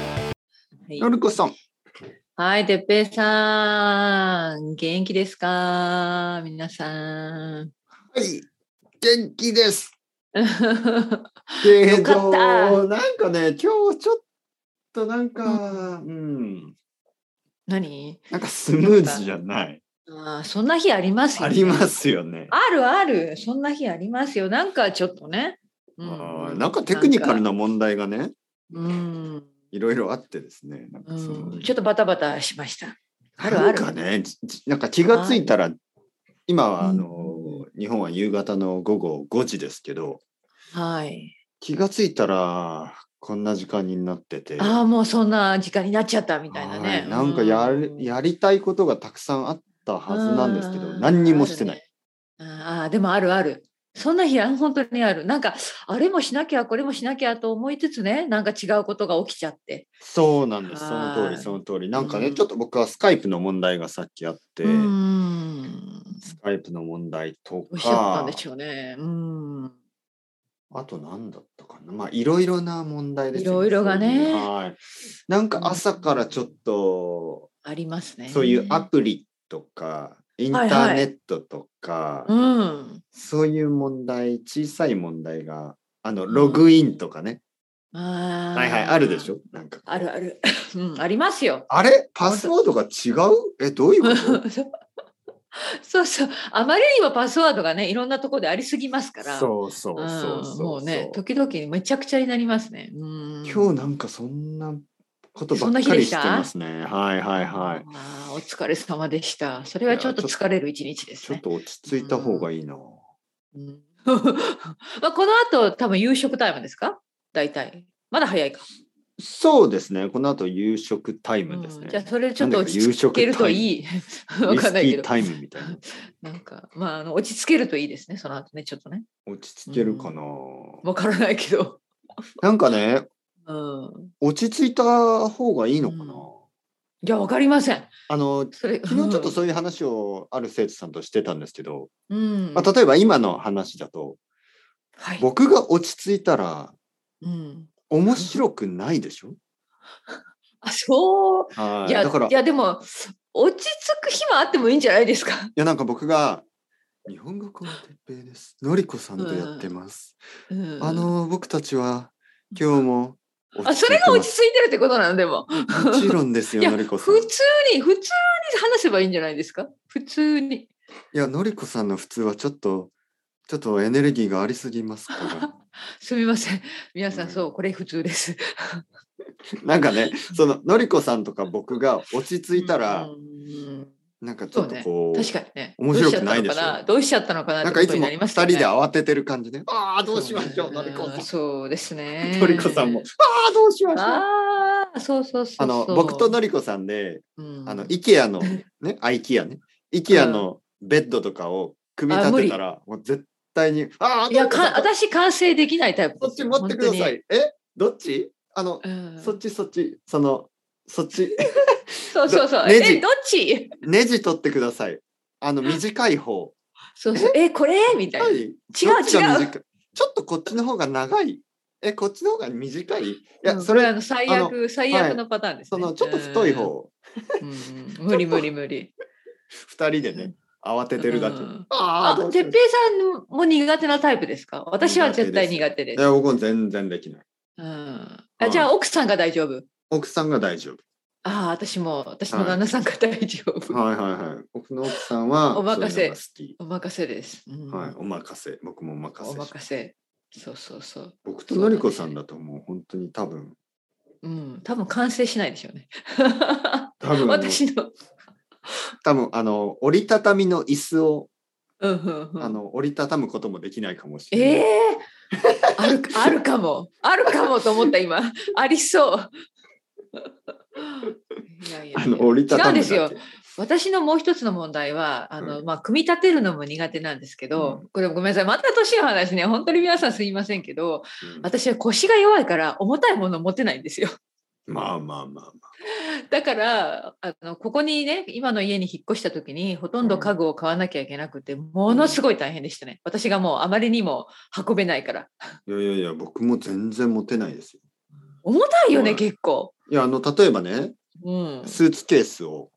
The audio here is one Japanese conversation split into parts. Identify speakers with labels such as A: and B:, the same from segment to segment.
A: はい
B: のりこさん。
A: はい、てっぺいさん、元気ですか皆さん。
B: はい。元気です。
A: う
B: け
A: よか
B: ど、
A: った
B: なんかね、今日ちょっとなんか、うん、
A: 何
B: なんかスムーズじゃない。
A: あーそんな日あります
B: あ
A: よ、
B: りますよね。
A: あるある、そんな日ありますよ。なんかちょっとね。うん
B: あーなんかテクニカルな問題がね、
A: うん、
B: いろいろあってですね。なんかその
A: うんちょっとバタバタしました。あるあ
B: なん
A: る
B: かね、じじなんか気がついたら、今はあの
A: う、
B: 日本は夕方の午後5時ですけど、
A: はい。
B: 気がついたら、こんな時間になってて。
A: ああ、もうそんな時間になっちゃったみたいな
B: は
A: ね。
B: なんかやる、
A: うん
B: やりたいことがたくさんあったはずなんですけ
A: う
B: ど、
A: ん
B: 何にもしてない。。
A: あるねあー、でもあるある。そんな日は本当にある。なんか、あれもしなきゃ、これもしなきゃと思いつつね、なんか違うことが起きちゃって。
B: そうなんです。その通
A: は
B: り、
A: い
B: その通り。なんかね、
A: うん
B: ちょっと僕はスカイプの問題がさっきあって、
A: うん。
B: スカイプの問題と
A: おっしゃった
B: か
A: んで、しょうね。うん。
B: あと何だったかな。まあ、いろいろな問題ですよ
A: いろいろがね
B: はい。なんか朝からちょっと、
A: ありますね。
B: そういうアプリとか、インターネットとか、
A: うん。
B: そういう問題、小さい問題が、あの、ログインとかね。
A: あー
B: はいはい、あるでしょなんかこう。
A: あるある。 うん、ありますよ。
B: あれパスワードが違うえ、どういうこと
A: そうそう。あまりにもパスワードがね、いろんなところでありすぎます から。
B: そうそうそうそうう。
A: んもうね、時々めちゃくちゃになりますね。うん。
B: 今日なんかそんなことばっかりしてますね。はいはいはい。
A: あーお疲れ様でした。それはちょっと疲れる一日です
B: ちょっ
A: ね。
B: と落ち着いた方がいいな。
A: うん まあこの後多分夕食タイムですか大体。まだ早いか。
B: そうですね。この後夕食タイムです
A: う
B: ね
A: ん。じゃあそれちょっと落ち着けるといい。
B: ウ
A: わ
B: イ
A: かん
B: スキ
A: ないけ
B: ー
A: ど。
B: タイムみたいな。
A: なんか、まあ、あの落ち着けるといいですね、その後ね、ちょっとね。
B: 落ち着けるかな。
A: わからないけど。
B: なんかね、
A: うん。
B: 落ち着いた方がいいのかな。
A: うんいや、わかりません。
B: あの、
A: それ
B: 昨日ちょっとそういう話をある生徒さんとしてたんですけど、
A: うん。
B: まあ、例えば今の話だと、
A: はい。
B: 僕が落ち着いたら
A: うん。
B: 面白くないでしょ、
A: あ、そう。
B: はい
A: や、
B: だから
A: いや、でも、落ち着く日もあってもいいんじゃないですか。
B: いやなんか僕が「日本語コンテッペイです。のりこさんとやってます。
A: うん
B: あ、の僕たちは今日も
A: あ、それが落ち着いてるってことなの、でも。
B: 着いてますもちろんです
A: いや
B: よ、のりこさん。
A: 普
B: い
A: 通に、普通に話せばいいんじゃないですか。普通に。
B: や、のりこさんの普通はちょっと、ちょっとエネルギーがありすぎますから。
A: すみません。皆さ、
B: うんん
A: そう、これ普通です。
B: なんかね、そののりこさんとか僕が落ち着いたら、
A: うん
B: なんかちょっとこう、
A: 確かにね。
B: 面白くないでしょ
A: どうしちゃったのかな。
B: な
A: ど
B: ん
A: う
B: か
A: しちゃったのかなってこと
B: いつ
A: に
B: も
A: なり
B: 2
A: ます
B: 人
A: よね。
B: で慌ててる感じね。ああ、どうしましょう、の
A: ね
B: りこさん。
A: そうですね。
B: のりこさんも、。ああ、どうしましょう。あ
A: ああ、そうそうそうそう。
B: の、僕とのりこさんで、
A: うん、
B: あの、IKEA の、ね、IKEA ね、IKEA のベッドとかを組み立てたら、もう絶対に、ああ、
A: いや、
B: のりこさ
A: か
B: ん
A: 私、完成できないタイプ
B: そ
A: で
B: っ
A: す
B: ち
A: よ。
B: 持ってください。えどっちあ
A: 本、
B: の
A: 当に。うん
B: そっちそっち、その、そっち、
A: そうそうそう。
B: レジ
A: え、どっち
B: ネジ取ってください。あの、短い方。
A: そうそう。え、これみたいな。
B: は
A: 違う
B: い。違う
A: 違う。
B: う。ちょっとこっちの方が長い。え、こっちの方が短いい
A: うん
B: や、
A: こ
B: それ
A: あ、の最
B: あ
A: 悪、最悪のパターンです
B: そ
A: ね。
B: の、ちょっと太い
A: うん。
B: 方。
A: うんうん無理無理無理。
B: 二人でね、慌ててるだけ。
A: うん
B: あ
A: あ、
B: どうしてよ
A: っ
B: う
A: ぺいさんも苦手なタイプですか私は絶対苦手で
B: い
A: す。
B: や、僕も全然できない。
A: うん、あじゃあ、奥さんが大丈夫
B: 奥さんが大丈
A: ああ、私も、私の旦那さんが大丈夫。
B: 夫。はいはいはい。僕の奥さんは、
A: お任せ
B: そういうのが好き。
A: お任せです。うん
B: はい、お任せ。僕もお任
A: お
B: せし。
A: 任せ。そうそうそう。
B: 僕とのりこさんだともう本当に多分、
A: うん、多分完成しないでしょうね。
B: 多分、
A: 私の。
B: 多分あの、折りたたみの椅子を、
A: うんうんうん
B: あの、折りたたむこともできないかもしれない。
A: ええあるあるかもあるかもと思った今ありそう。 いやいやいや
B: あの折りたたむだけ
A: 違うんです私のもう一つの問題はあの、
B: う
A: まあ、組み立てるのも苦手なんですけど、
B: う
A: これごめんなさいまた年の話ね本当に皆さんすいませんけど
B: うん
A: 私は腰が弱いから重たいもの持てないんですよ。
B: まあまあまあま
A: だからあのここにね今の家に引っ越した時にほとんど家具を買わなきゃいけなくてものすごい大変でしたね私がもうあまりにも運べないから
B: あ。いやいやいや、僕も全然モテないですよ。
A: 重たいよ
B: う
A: ね
B: ん
A: 結構
B: いや、あの、例えばね、
A: うん。
B: スーツケースを、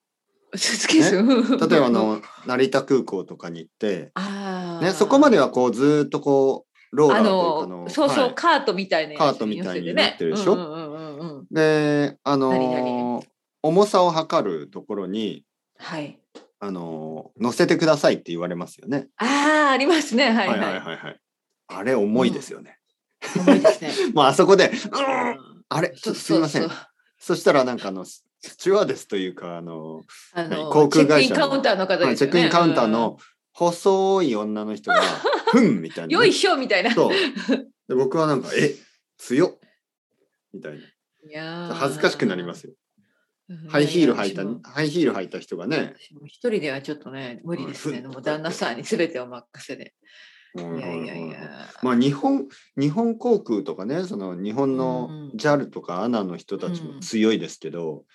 A: スーツケース。うん
B: 例えばあ。の、成田空港とかに行って、
A: ああ。
B: ね、そこまではこう、ずーっとこう、ローラ
A: あ
B: ーというか
A: の、そうそう、
B: はい
A: カートみたいなやつ
B: カートみたいになってるでしょ
A: 寄せてねうんうんうんうん。
B: で、あのー
A: 何
B: 重さを測るところに、
A: はい。
B: あのー乗せてくださいって言われますよね。
A: ああ、ありますね。はいはい。
B: はいはい。あれ重いですよね。
A: 重いですね。
B: まああそこで、う、
A: うんん
B: あれ、ちょっとすいません。そしたらなんかあの、ススチュワーデスというか、あの
A: あの、
B: 航空会社の
A: チェックインカウンターの方です
B: ー、
A: よ
B: はい
A: ね。
B: チェックインカウンター
A: うん
B: の。細い女の 人が、ふんみたいなね、
A: よいしょみたいな。
B: そう。で僕はなんか、え、強っみたい
A: いやー
B: な。恥ずかしくなります。
A: う
B: よ。
A: ん
B: ハイヒール履いた、
A: やや私も
B: ハイヒール履いた人がね、
A: 私も一人ではちょっとね、無理ですね。
B: うん
A: もう旦那さんに全てお任せで。
B: うん
A: いやいや
B: う
A: い
B: んうん
A: や。
B: まあ日本日本航空とかねその日本の
A: うん
B: JAL とか ANA の人たちも強いですけど、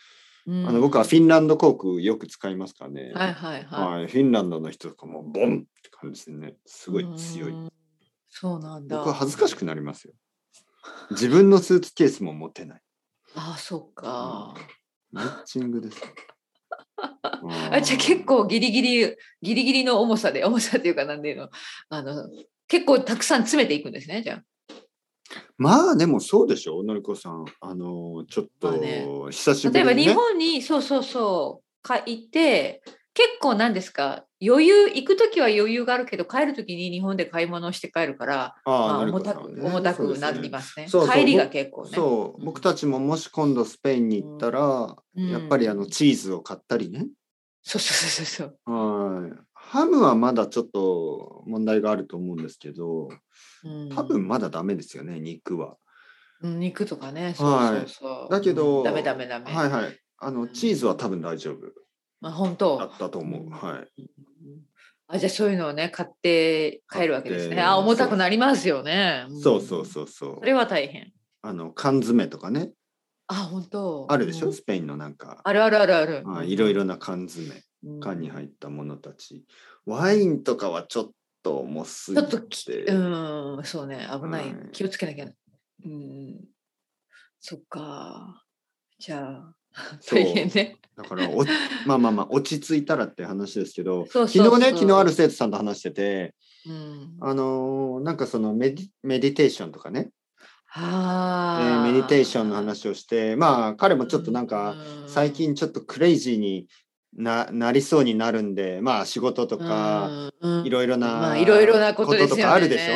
A: うん
B: あの僕はフィンランド航空よく使いますからね、
A: はいはいはい。
B: はいフィンランドの人とかもボンって感じですねすごい強い
A: うん。そうなんだ。
B: 僕は恥ずかしくなりますよ自分のスーツケースも持てない
A: ああ、そうか。
B: マッチング です
A: あじゃあ結構ギリギリギリギリの重さで重さっていうかなんていうのあの結構たくさん詰めていくんですねじゃあ。
B: まあでもそうでしょのりこさんあのちょっ
A: ま
B: と
A: あね
B: 久しぶ
A: 例え
B: り
A: ば
B: に、ね
A: 日本に、そうそうそうかいて結構なんですか余裕行く時は余裕があるけど帰る時に日本で買い物をして帰るから、まあ、
B: のり
A: 重
B: こさ
A: た
B: んは
A: く、
B: ね
A: 重た
B: そうで
A: く
B: す
A: な
B: ね
A: りますね
B: そうそう
A: 帰りが結構ね。
B: そう、
A: うん
B: 僕たちももし今度スペインに行ったら、
A: うん
B: やっぱりあのチーズを買ったりね、
A: そうそうそうそう
B: はいハムはまだちょっと問題があると思うんですけ
A: そう。
B: ど
A: うん
B: 多分まだダメですよね肉は、
A: うん肉とかね。そうそうそう。
B: だけど、
A: うんダメダメダメ。
B: はいはいあの
A: うん
B: チーズは多分大丈夫
A: まあ本
B: だ
A: 当
B: っ。たと思う、
A: うん
B: はい
A: あじゃあそういうのをね買って帰るわけですね。
B: 買って
A: あ重たくなりますよね。ん
B: そうそうそうそう
A: それは大変。
B: あの缶詰とかね
A: あ本当。
B: あるでしょ、
A: うん
B: スペインのなんか
A: あるあるあるある。
B: はいいろいろな缶詰
A: うん
B: 缶に入ったものたちワインとかはちょっと重す
A: ち
B: ぎ
A: ょ
B: て
A: っときうんそうね危ない、
B: はい
A: 気をつけなきゃ。うんそっかじゃあ
B: そう
A: 大変ね。
B: だから おまあまあまあ落ち着いたらって話ですけど
A: そうそうそう
B: 昨日ね昨日ある生徒さんと話してて
A: うん、
B: あのーなんかそのメディメディテーションとかね、え
A: あ
B: ーメディテーションの
A: 話
B: 話をしてまあ彼もちょっとなんか最近ちょっとクレイジーにななりそうになるんでまあ仕事と
A: と
B: か、い
A: ろ
B: ろいろ
A: ま
B: な
A: あ、いろいろなことですよね。
B: とかあるでしょ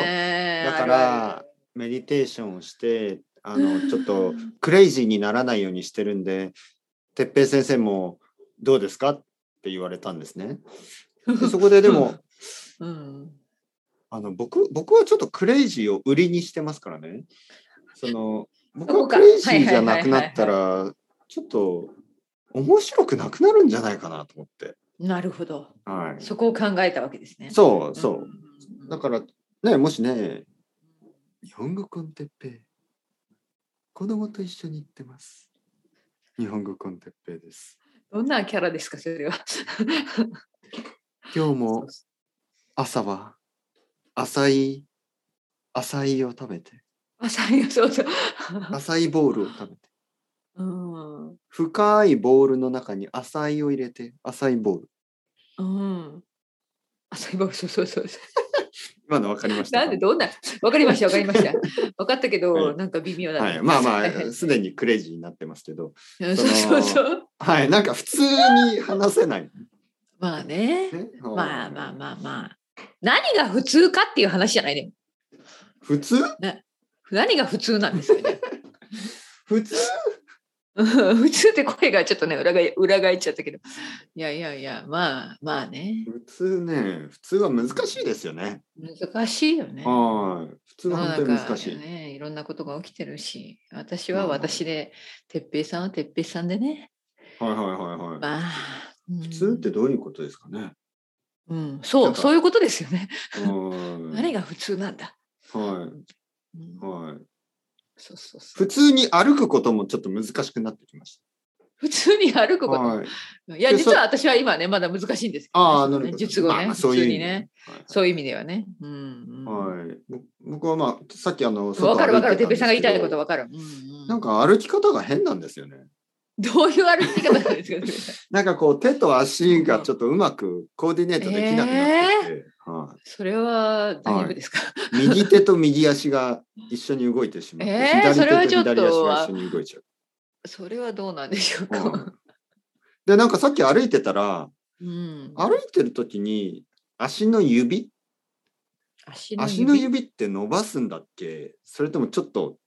A: だ
B: だからメディテーションをしてあのちょっとクレイジーにならないようにしてるんで哲平先生もどうですかって言われたんですね。でそこででも
A: うん、
B: あの僕僕はちょっとクレイジーを売りにしてますからね。その僕
A: そ
B: は
A: うか
B: クレイジーじゃなくなった
A: は
B: らちょっと面白くなくなるんじゃないかなと思って。
A: なるほど。
B: はい、
A: そこを考えたわけですね。
B: そうそう。
A: ん
B: だからねもしね「日本語コンテッペイ子供と一緒に行ってます」「日本語コンテッペイです」
A: どんなキャラですか、それは。
B: 「今日も朝は浅い浅いを食べて
A: あ、最後、そうそう。
B: 浅いボールを食べて
A: うん。う
B: 深いボールの中に浅いを入れて浅いボール」
A: ん。あ、最後、そうそうそうそう。
B: 今の分かりました
A: なん
B: か
A: で、どんな。わかりました、わかりました。わかったけ
B: は
A: ど、
B: い
A: なんか微妙な。
B: はい、まあま
A: はいは
B: あ
A: い
B: すでにクレイジーになってますけど
A: うん
B: そ
A: そう
B: の
A: そうそう。
B: はいなんか普通に話せない、
A: まあね。
B: ね、
A: まあまあまあまあ。何が普通かっていう話じゃないね。
B: 普通
A: 何が普通なんですかね。
B: 普通
A: うん 普通って声がちょっとね裏返裏返っちゃったけどいやいやいやまあまあね
B: 普通ね、普通は難しいですよね。
A: 難しいよね。
B: はい。普通
A: 世
B: は
A: の中
B: 本当に難しい。
A: ね、いろんなことが起きてるし私
B: ま
A: は
B: あまあ
A: 私で哲平さんは哲平さんでね
B: はいはいはいは
A: ま
B: い。
A: あ、うん
B: 普通ってどういうことですかね。
A: うん、
B: な
A: そ
B: ん
A: う
B: か
A: そういうことですよね。
B: は
A: 何が普通なんだ、
B: い。は
A: うん
B: い。はい。
A: そうそうそう
B: 普通に歩くこともちょっと難しくなってきまし
A: 普通に歩くこと。
B: はい。
A: い、や、
B: で
A: 実は
B: そ
A: 私は今ね、まだ難しいんですけど、
B: ああ、
A: ち
B: な
A: ょっと
B: る
A: ね
B: ほど。
A: 術後ね、
B: まあ
A: 普
B: そういう
A: 通
B: 意
A: に
B: 味
A: ね
B: ね。、
A: そういう意味ではね。うん、うん。
B: はい。ぼ僕はまあ、さっきあの、
A: わかるわかる。てっ
B: 外歩
A: ぺ
B: て
A: い
B: た
A: さんが言いたい
B: です
A: こ
B: けど
A: とわかる。うんうん
B: なんか歩き方が変なんですよね。
A: どういう歩き方なんですか
B: なんかこう手と足がちょっとうまくコーディネートできなくなってて、は
A: それは大丈夫ですか、
B: い、右手と右足が一緒に動いてしまって、
A: えーそれは
B: 左
A: ちょ
B: 手
A: っと
B: と左足が一緒に動いちゃう。
A: それはどうなんでしょうか、
B: はいでなんかさっき歩いてたら
A: うん、
B: 歩いてる時に足の指
A: 足
B: 足の指って伸ばすんだっけそれともちょっと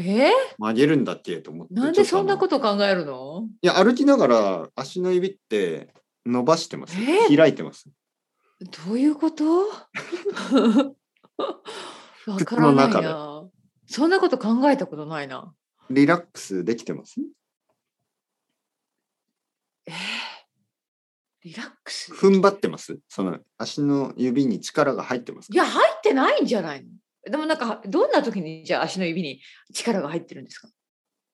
A: えー
B: 曲げるんだっけと思って
A: なんでそんなことと考えるの
B: いや歩きながら足の指って伸ばしてます、
A: え
B: 開いてます
A: どういうこと わからない
B: 靴の
A: な。そんなこと考えたことないな。
B: リラックスできてます
A: えーリラックス
B: 踏ん張ってますその足の指に力が入ってます
A: いや、入ってないんじゃないのでもなんか、どんな時にじゃあ足の指に力が入ってるんですか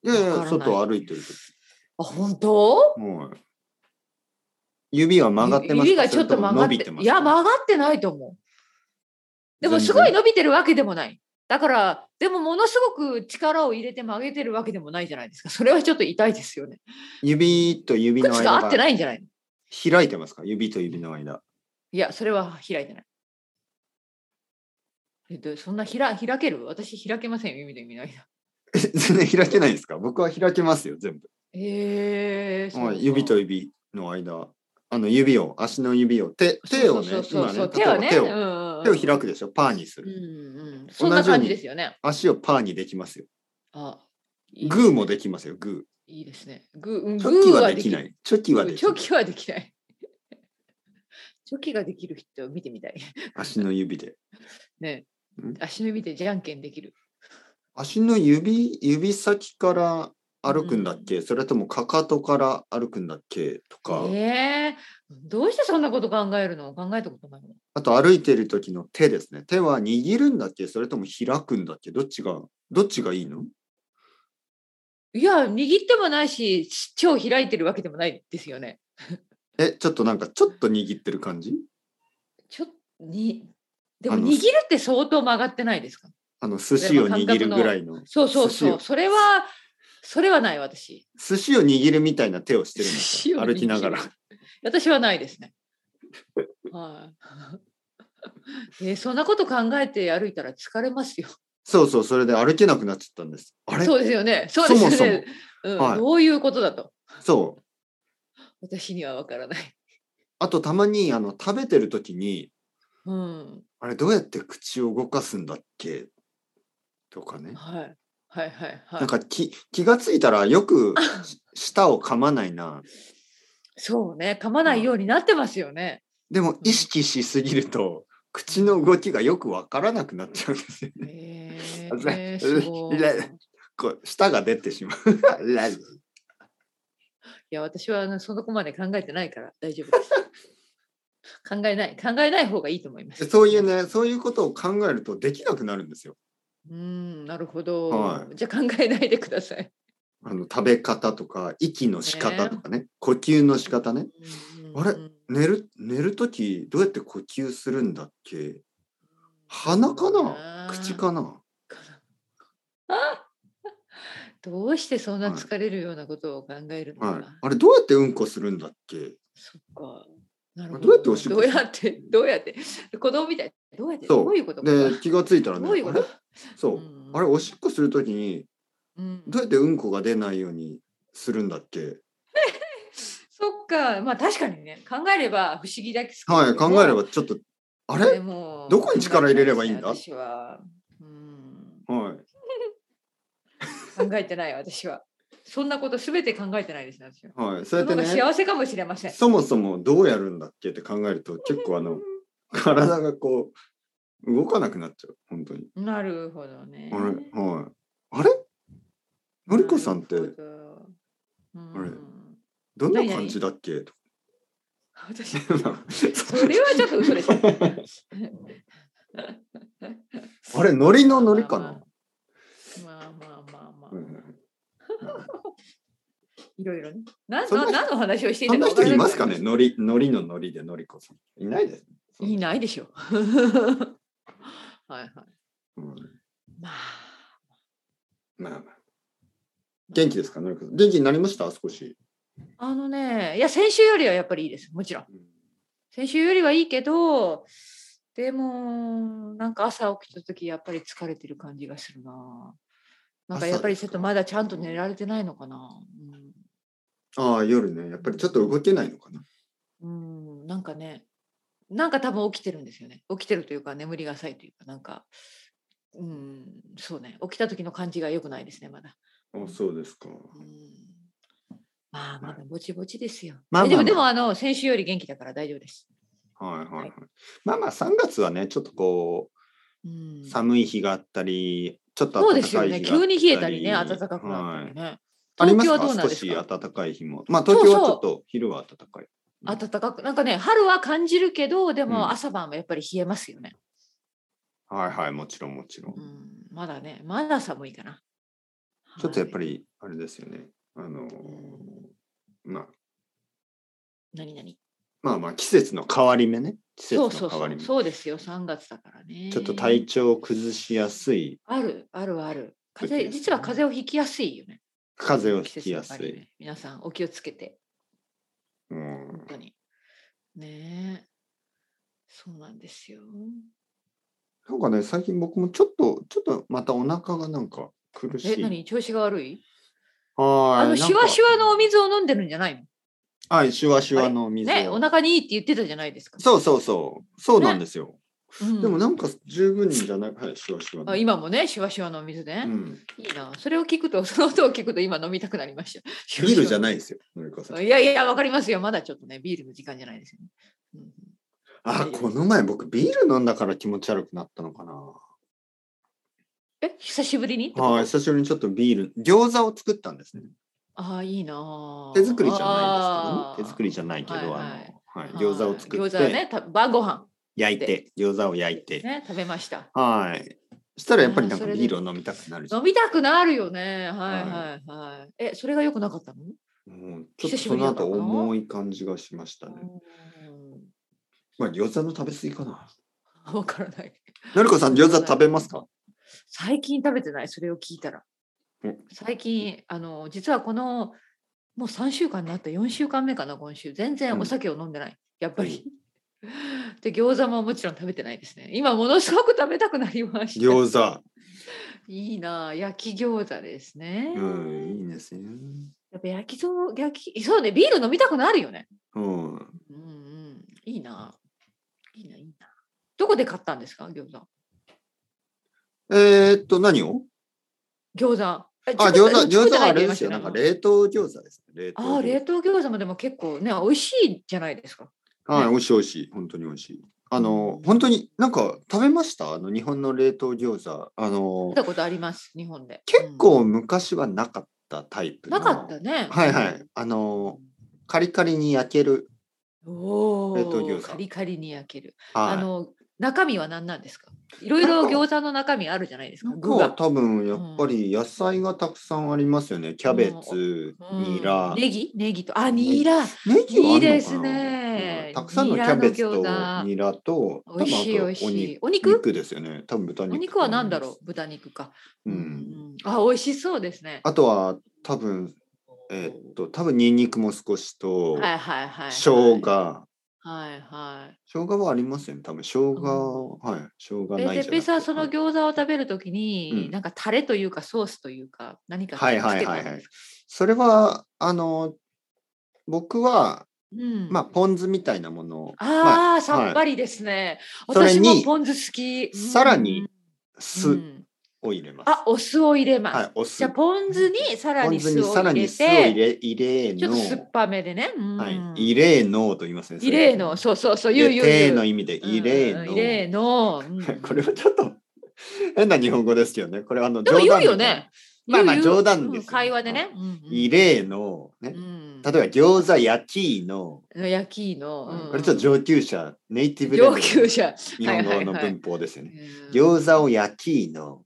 B: いやい
A: わから
B: や
A: ない
B: 外を歩いてる時
A: あ、本当
B: もう指は曲がってますか
A: 指がちょっと曲がっ
B: それとも伸び
A: て
B: て。ます
A: いや、曲がってないと思う。でも
B: 全然
A: すごい伸びてるわけでもない。だから、でもものすごく力を入れて曲げてるわけでもないじゃないですか。それはちょっと痛いですよね。
B: 指と指の
A: 靴が
B: 間
A: 合って
B: が
A: ないんじゃないの
B: 開いてますか指と指の間
A: いや、それは開いてない。えっと、そんなひら開ける私開けませんよ、指で見ないな。
B: え全然開けないですか僕は開けますよ全部
A: えー、そう
B: はい指と
A: 指
B: 指の間あの指を足の指を手手をね
A: そうそうそうそう手
B: 今
A: をね、
B: ね例えば手を、
A: を
B: 手を開くでしょパーにす
A: う
B: る、
A: んうん、そんな感じですよね。
B: 足をパーにできますよ
A: あいい
B: グーもできますよグ
A: いいですね。グーうんグ
B: ーチョキ
A: ー
B: は
A: は
B: で
A: で
B: き
A: き
B: な
A: ない。
B: いチョキは
A: う
B: で
A: ん
B: き
A: チョ
B: る
A: キはできない。 チョキができる人を見てみたい。
B: 足の指で
A: ね
B: うん、
A: 足の指でじゃんけんできる。
B: 足の指指先から歩くんだっけ、それともかかとから歩くんだっけとか、
A: えー、どうしてそんなこと考えるの考えたことないの
B: あと歩いてる時の手ですね手は握るんだっけそれとも開くんだっけどっちがどっちがいいの
A: いや、握ってもないし、超開いてるわけでもないですよね。
B: えちょっとなんかちょっと握ってる感じ
A: ちょっに、でも
B: あの
A: 握るって相当曲がってないですか
B: あの寿司を握るぐらいの
A: そうそう
B: 寿司
A: そ
B: を
A: う。それは、それはない私。
B: 寿司を握るみたいな手をしてるん
A: 寿
B: です
A: 司を
B: か
A: 握る
B: 歩きながら。
A: 私はないですね。はい。え ーそんなこと考えて歩いたら疲れますよ。
B: そうそうそれで歩けなくなっちゃったんですあれ
A: そうですよね。そうですよね。
B: そも
A: う
B: そも
A: ん
B: はい
A: どういうことだと
B: そう
A: 私にはわからない。
B: あとたまにあの食べてる時に
A: うん。
B: あれどうやって口を動かすんだっけとかね
A: はい。はいはいはい。
B: なんか気気がついたらよくし舌を噛まないな。
A: そうね。噛まないようになってますよね。
B: でも意識しすぎると口の動きがよくわからなくなっちゃうんですよ ね。
A: え
B: あそう
A: ー、すごい。
B: い
A: い
B: やこう舌が出てしまう。ラジ
A: や、私はあのそのこまで考えてないから大丈夫です。 考えない、考えない方がいいと思います。
B: そういう。ねそういうことを考えるとできなくなるんですよ。
A: うん、なるほど。
B: は
A: じゃあ考えないでください。
B: あの食べ方とか息の仕方とかね呼吸の仕方ね。
A: うん
B: あれ寝る寝る時どうやって呼吸するんだっけ鼻かな口。
A: うん
B: かな
A: どうしてそんな疲れるようなことを考えるのか。
B: はい、あれどうやってうんこするんだっけ
A: そっか。なるほ
B: どうやっておしっこ
A: どうやって、どうやって、子供みたい。どうやって、
B: そう
A: どういうことか。
B: で気がついたらね
A: どういうこ
B: あれ
A: と。
B: そう、
A: うん
B: あれおしっこするときに
A: うん
B: どうやってうんこが出ないようにするんだっけ
A: そっか、まあ確かにね、考えれば不思議だけど。
B: はい考えればちょっとあれ、
A: でも
B: どこに力入れればいいんだ
A: 考えてないですね私は、うん、考え
B: はい、
A: てない、私は。そんなことすべて考えてないですね、私は。
B: はい、そう
A: そ
B: やっ
A: の
B: て
A: 方が
B: ね
A: 幸せかもしれません。
B: そもそもどうやるんだっけって考えると結構あ の体がこう動かなくなっちゃう本当に
A: なるほどね。
B: あれはいあれのりこさんって
A: なるほどうん
B: あれどんな感じだっけと
A: 私、
B: か
A: それはちょっと 嘘です。
B: あれのりののりかな
A: まあまあまあまあまあ、
B: うん
A: いろいろね。な
B: そんな
A: な
B: 人
A: 何の話をしてい
B: そ
A: た
B: ん
A: か
B: な
A: 分からな
B: 人
A: いくな
B: ま
A: る
B: すかねのり、のりののりでのりこさん。いないです。
A: いないでしょ。 はいはい。
B: うん
A: まあ、
B: まあまあ。元気ですかのりこさん。元気になりました少し。
A: あのね、いや、先週よりはやっぱりいいです。もちろん。先週よりはいいけど、でも、なんか朝起きた時やっぱり疲れてる感じがするな。なんかやっぱりちょっとまだちゃんと寝られてないのかな。
B: ああ、夜ね。やっぱりちょっと動けないのかな。
A: うん、うん、なんかね、なんか多分起きてるんですよね。起きてるというか、眠りが浅いというか、なんか、うん、そうね、起きた時の感じが良くないですね、まだ。
B: あそうですか。
A: うんまあま
B: は
A: だぼちぼちですよ。
B: まあまあ
A: 大丈夫
B: まあ
A: でもあの先週より元気だから大丈夫です。
B: はいはいは
A: はいい。
B: まあまあ、3月はね、ちょっとこ
A: うん
B: う、寒い日があったり、ちょっと
A: そう
B: 暖
A: ですよ
B: かい
A: ね。
B: 日があった
A: 急
B: り。
A: に冷えたりね、暖かくなったりね。
B: ありま
A: 東京
B: すか
A: はどうなんですか
B: 少し暖かい日も。まあ東京は
A: そう
B: ち
A: そ
B: ょっ
A: う
B: と昼は暖かい。うん
A: 暖かく、なんかね、春は感じるけど、で
B: うん
A: も朝晩はやっぱり冷えますよね。
B: はいはい、もちろんもちろん
A: う。ん、まだね、まだ寒いかな。
B: ちょっとやっぱ
A: り。
B: り、あれですよね。あのー、まあ、
A: 何々。
B: まあまあ、季節の変わり目ね。季
A: そう
B: 節
A: そ
B: の
A: うそ
B: 変わり
A: う。
B: 目。
A: そうですよ、3月だからね。
B: ちょっと体調を崩しやすい、
A: ある、ある、ある。風
B: 時で
A: 邪
B: すね
A: 実は風邪をひきやすいよね。
B: 風邪を
A: 季
B: ひきや
A: 節
B: す
A: の変わり
B: い。
A: 目。皆さん、お気をつけて。
B: う
A: 本
B: ん、
A: 当に。ねえ。そうなんですよ。
B: なんかね、最近僕もちょっと、ちょっとまたお腹がなんか苦し
A: え、
B: い。はーい
A: 何調子が悪いあ
B: あ
A: の、シュワシュワのお水を飲んでるんじゃないの
B: はい、シュワシュワの水を。
A: ね、お腹にいいって言ってたじゃないですか。
B: そうそうそう。そうなんですよ。
A: うん
B: でもなんか十分じゃない。はい、シュワシュワの。
A: あ今もね、シュワシュワのお水ね
B: う。ん、
A: いいな。それを聞くと、その音を聞くと今飲みたくなりました。
B: ビールじゃ
A: い
B: ないですよ、のりこさん。
A: いやいや、わかりますよ。まだちょっとね、ビールの時間じゃないですよね。うん
B: あ、この前僕ビール飲んだから気持ち悪くなったのかな。
A: え、久しぶりにってこと
B: はい、久しぶりにちょっとビール、餃子を作ったんですね。
A: ああ、いいな。
B: 手作りじゃないんですけどね、手作
A: り。
B: りじゃないけど、
A: はいはい
B: あの、はい、餃子を作って、
A: はい餃子ね、た晩ご飯
B: 焼いて、餃子を焼いて、
A: ね、食べました。
B: はい。したらやっぱりなんか
A: あーそれで
B: ビールを飲みたくなるじゃん。
A: 飲みたくなるよね。はいはいはい。え、それが良くなかったの、
B: うんちょっ
A: 久
B: と
A: し
B: そ
A: ぶり
B: の
A: だったの
B: 後
A: かな
B: 重い感じがしましたね。まあ餃子の食べ過ぎかな。
A: うんわからない。
B: のりこさん餃子食べます か？
A: 最近食べてない、それを聞いたら
B: うん。
A: 最近、あの、実はこの、もう3週間になった4週間目かな、今週。全然お酒を飲んでない。やっぱり。 で、餃子ももちろん食べてないですね。今、ものすごく食べたくなりました。
B: 餃子。
A: いいなあ焼き餃子ですね。
B: うん、いいですね。
A: やっぱ焼きそう、焼き、そうね、ビール飲みたくなるよね。
B: う
A: う
B: ん。
A: んうん、いいな。いいな、いいな。どこで買ったんですか、餃子。
B: えー、っと何を？
A: 餃子。あ、
B: あ
A: 作っ
B: 餃
A: た
B: 子餃
A: 作っ
B: 子
A: て
B: は
A: ない
B: あ
A: って言
B: れ
A: い
B: で
A: ますした
B: よ。
A: よね
B: なんか冷凍餃子です。冷凍餃子。
A: あー、冷凍餃子もでも結構ね、美味しいじゃないですか。
B: はい、美味しい美味しい。本当に美味しい。あの本当になんか食べました？あの日本の冷凍餃子。あの
A: 見たことあります、日本で。
B: 結構昔はなかったタイ
A: う
B: プ
A: ん。
B: の。
A: なかったね。
B: はいはい。あのカリカリに焼ける。
A: おお。
B: 冷凍餃子
A: カリカリに焼ける。
B: はい
A: あの、中身は何なんですか。いろいろ餃子の中身あるじゃないですか。具
B: が
A: が。
B: 多分やっぱり野菜がたくさんありますよね。キャベツ、ニ
A: うん、
B: ラ
A: ネギ、ネギと、あ、ニラ。
B: ネギはあるのかない
A: いですね
B: うんたくさんのキャベツ
A: ニラの餃子
B: とニラと、多
A: 美
B: 分
A: 味しい、美味しい。お
B: あとお
A: 肉。
B: 肉ですよね。多分豚
A: お
B: 肉。
A: 肉は何だろう豚肉か。
B: う。う。
A: うんんあ、美味しそうですね。
B: あとは多分えーっと多分ニンニクも少しと、
A: はいはいはい。
B: 生。姜。
A: はいはい。
B: 生姜はありますよね。多分生姜、はい生姜
A: え、
B: ない
A: て
B: じ
A: っ
B: ゃな
A: ぺ
B: い。
A: いさん、その餃子を食べるとき
B: う
A: に
B: ん、
A: なんかタレというかソースというか、何かつ
B: はいはい
A: け
B: は
A: た
B: い
A: ん
B: はい
A: ですか。
B: それはあの僕は
A: うん
B: まあポン酢みたいなものをま
A: あー、さっぱりですね。
B: それ
A: 私
B: に
A: もポン酢好き。うん
B: さらに、酢
A: うん
B: を入れます。
A: あ、お酢を入れ
B: は
A: ま
B: い
A: す。、
B: お酢。
A: じゃあ、ポン酢にさら
B: ポ
A: に
B: ン酢
A: 酢
B: に
A: を
B: さら
A: 入
B: に
A: れ
B: 酢を
A: て、
B: 入れ、入れ
A: ちょっと酸
B: の
A: っ、ぱめでね。うん
B: はい、入れのと言いますね。
A: 異例の、そうそうそう、
B: と
A: 言う言う言う。
B: の意味で入れ
A: うん
B: の。
A: うん異例の。うん
B: これはちょっと変な日本語ですよね。これあの
A: でも
B: 冗
A: 言
B: 談
A: うよね。
B: まあまあ
A: 言う言う
B: 冗談ですよ
A: うん会話でね。うんうん
B: みたいな。入れの、ね
A: う。ん
B: 例えば餃子焼きの、
A: 焼きの。うん
B: これちょっと上級者、ネイティブレベル
A: 上級者。
B: 日本語の
A: はいはいはい
B: 文法ですよね。
A: 子。
B: 餃子を焼きの、
A: うん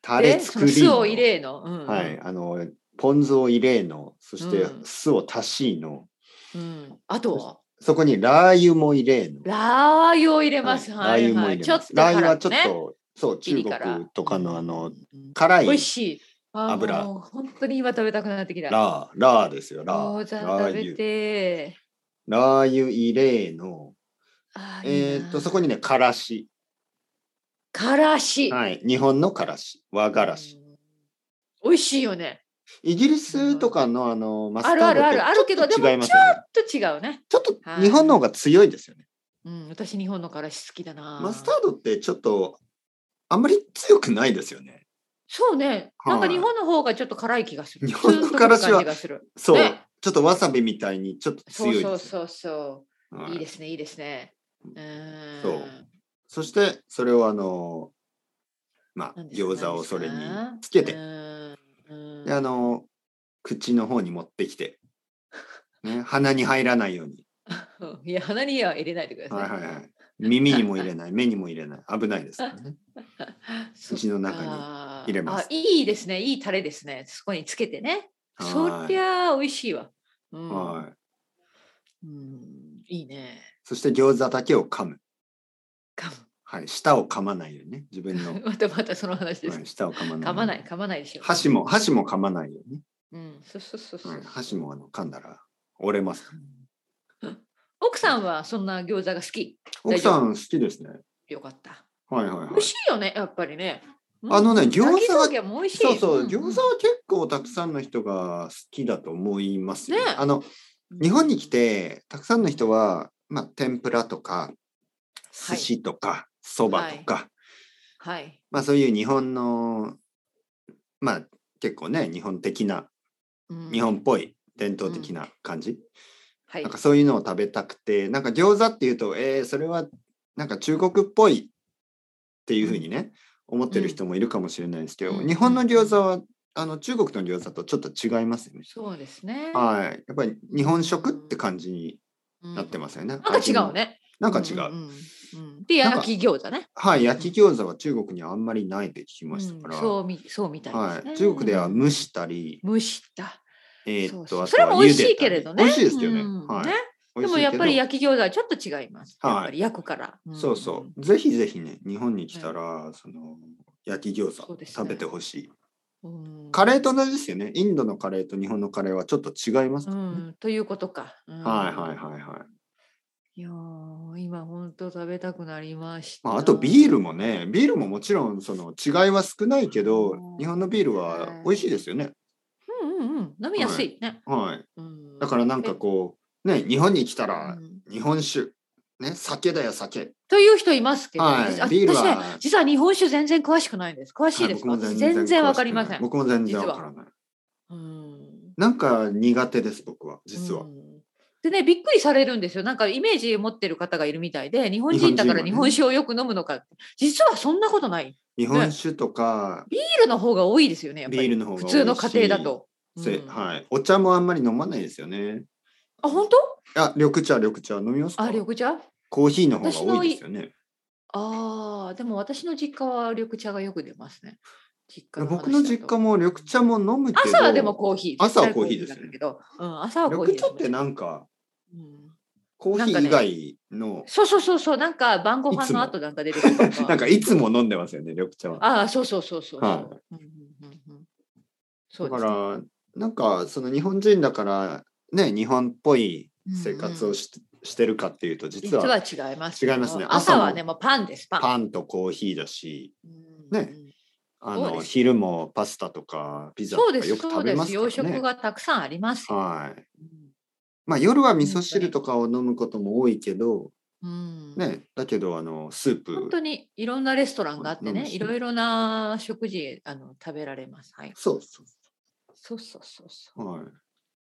B: タレ作り
A: で
B: の
A: その酢を入れの。うん
B: はい、あのポン酢を入れの、そして
A: うん
B: 酢を足しの、
A: うん、あとは
B: そこにラー油も入れの。
A: ラー油を入れます。
B: ラー油も入れ
A: ちょ
B: ま
A: っ
B: す
A: と
B: ラー油
A: 辛
B: は
A: く
B: ちょっ
A: ね
B: と、そう、
A: ピ
B: 中
A: リ辛
B: 国とかのあの、、
A: うん
B: 辛い
A: 美味しい。あー
B: 油
A: もう本当に今食べたくなってきた。
B: ラー、ラーですよ、ラ
A: 餃
B: ー。
A: 子
B: ラ
A: 食べ
B: ー油。
A: て。
B: ラー油入れの、
A: あー
B: えーっと、そこ。
A: いいな
B: にね、からし。
A: からし。
B: はい。日本のからし。和がらし。
A: うん美味しいよね。
B: イギリスとかのあの、マスタ
A: あるあ
B: ード
A: るあるある
B: って
A: け
B: ちょ
A: ど
B: っと
A: でも
B: 違いますよね。
A: ちょっと違うね。
B: ちょっと
A: はい
B: 日本の方が強いですよね。
A: うん、私日本のからし好きだな。
B: マスタードってちょっとあんまり強くないですよね。
A: そうね。
B: はい
A: なんか日本の方がちょっと辛い気がする。
B: 日本のからし
A: ツーンとくる感
B: は
A: じがする
B: そう、
A: ね
B: ちょっとわさびみたいにちょっと
A: そ
B: 強
A: う
B: いですよ。
A: そうそうそう。
B: はい
A: いいですね、いいですね。うーん。
B: そうそしてそれをあのまあ
A: 何ですか
B: 餃子をそれにつけ。
A: 何です
B: て、
A: かうーんう
B: で
A: ーん
B: あの口の方に持ってきて、ね、鼻に入らないように、
A: いや、鼻には入れないでください。
B: はいはいはい、耳にも入 れない目にも入れない危ないですからね。
A: そっか
B: 口の中に入れます
A: あいいですね、いいタレですね。そこにつけてね。そ
B: はい
A: りゃ美味しいわ。うん。
B: は
A: う
B: い、
A: ん、いいね。
B: そして餃子だけを噛む、
A: 噛
B: はい、舌を噛まないようにね自分 の
A: む。、またまたその話です
B: はい、。舌を噛まないように
A: 噛まない、噛まないでしょ。
B: 箸も箸も噛まないように、
A: うん、そうそうそうそう。
B: はい、箸もあの噛んだら折れますから
A: 奥さんはそんな餃子が好き。
B: 奥さん好きですね
A: よかった。
B: はいはいはい
A: 美味しいよね、やっぱりね。うん
B: あのね餃子は
A: 焼き鮭も美味しい。
B: そうそう、
A: んん
B: 餃子は結構たくさんの人が好きだと思いますよ、
A: ね
B: あの日本に来てたくさんの人は、まあ、天ぷらとか寿司とかそば、とか、
A: はい。
B: まあそういう日本のまあ結構ね日本的な
A: うん
B: 日本っぽい伝統的な感じ、
A: はい
B: なんかそういうのを食べたくてなんか餃子っていうとえー、それはなんか中国っぽいっていうふうにね、思ってる人もいるかもしれないですけど、
A: うん
B: 日本の餃子はあの中国の餃子とちょっと違いますよね。
A: そうですね。
B: はい、やっぱり日本食って感じに
A: うん
B: なってますよね。
A: なんか違うね。
B: なんか違う。
A: んうんうんで、焼き餃子ね。
B: はい、焼き餃子は中国にはあんまりないって聞きました
A: うん
B: から、
A: そうみ、そうみたい
B: は
A: ですね。
B: い、中国では蒸したり、
A: 蒸した。
B: え
A: そ
B: ーっ
A: う
B: と
A: そう
B: あ
A: そ
B: と
A: れ
B: は
A: も美
B: 茹
A: 味し
B: で
A: い
B: た
A: け
B: り
A: れどね。
B: 美味しいですよね。
A: うん
B: はい。
A: ね
B: 美
A: で
B: 味しい
A: もやっぱり
B: けど
A: 焼き餃子はちょっと違います。
B: はい
A: やっぱり焼くから。ん
B: そうそう。ぜひぜひね、日本に来たら、その焼き餃
A: そう
B: 子
A: ですね
B: 食べてほしい。
A: うん。
B: カレーと同じですよね。インドのカレーと日本のカレーはちょっと違います
A: う
B: からね、
A: ん、ということか。うん
B: はいはいはいは
A: い
B: い。
A: やー今本当食べたくなりました。
B: まあ、あとビー
A: ル
B: ルもね、ビールももちろんその違いは少ないけど
A: うん、
B: 日本のビールは美味しいですよね。
A: うんうんうん飲みやすいね。
B: はい。
A: うん
B: だからなんかこう、ね、日本に来たら
A: うん
B: 日本酒、ね、酒だよ酒。
A: という人いますけど、
B: はい
A: 私あ
B: ビールは
A: 私ね実は日本酒全然詳しくないんです。詳しいですか、
B: は
A: 私全然わかりませ
B: 詳しくない
A: ん。
B: 僕も全然わからない。
A: うん
B: なんか苦手です、僕は、実は
A: う。んでね、びっくりされるんですよ。なんかイメージ持ってる方がいるみたいで、日本人だから
B: 日
A: 日
B: 本
A: 本酒をよく飲むのかって、実はそんなことない。ビ
B: 日本酒とか、
A: ールの方が多いですよね、やっぱり。
B: ビールの方が多い
A: 普
B: し
A: 通の家庭だと。
B: せ
A: うん
B: はい、お茶もあんまり飲まないですよね。
A: あ、本当
B: あ、緑茶、緑茶飲みますか。
A: あ、緑茶
B: コーヒーの方が多いですよね。
A: ああ、でも私の実家は緑茶がよく出ますね。実家話だと
B: 僕の実家も緑茶も飲むけど。
A: 朝はでもコーヒー。
B: 朝はコーヒーですよね
A: 絶対コーヒーなんだけど、うん、朝はコーヒー
B: 緑
A: です
B: 茶ってなんか、
A: うん
B: コーヒー以外の。
A: そうそうそうそう、なんか晩ご飯の後なんか出てくると
B: なんかいつも飲んでますよね、緑茶は。
A: ああ、そうそうそうそう。
B: はい
A: うんうんうんうんそう
B: だ
A: で
B: か
A: すね
B: ら、なんか、その日本人だから、ね、日本っぽい生活をし,、してるかっていうと、実
A: 実
B: は。
A: は違います。
B: 違いますね
A: 朝
B: 朝
A: は
B: も
A: ね、もうパンです、パン。
B: パンとコーヒーだし、
A: うん
B: ねあ
A: そう
B: の
A: です
B: 昼もパスタとかピザと
A: そう
B: か
A: です、
B: よく
A: そ
B: 食
A: う
B: べ
A: で。
B: ますす
A: 洋
B: から
A: 食
B: ね。
A: がたくさんありますよ。
B: はい。まあ夜は味噌汁
A: 本
B: とかを飲むことも多いけど、
A: うん
B: ね、だけどあのスープ
A: 本当にいろんなレストランがあって
B: うん
A: ね、いろいろな食事あの食べられます。はい。
B: そうそ、
A: そうそうそうそう
B: はい、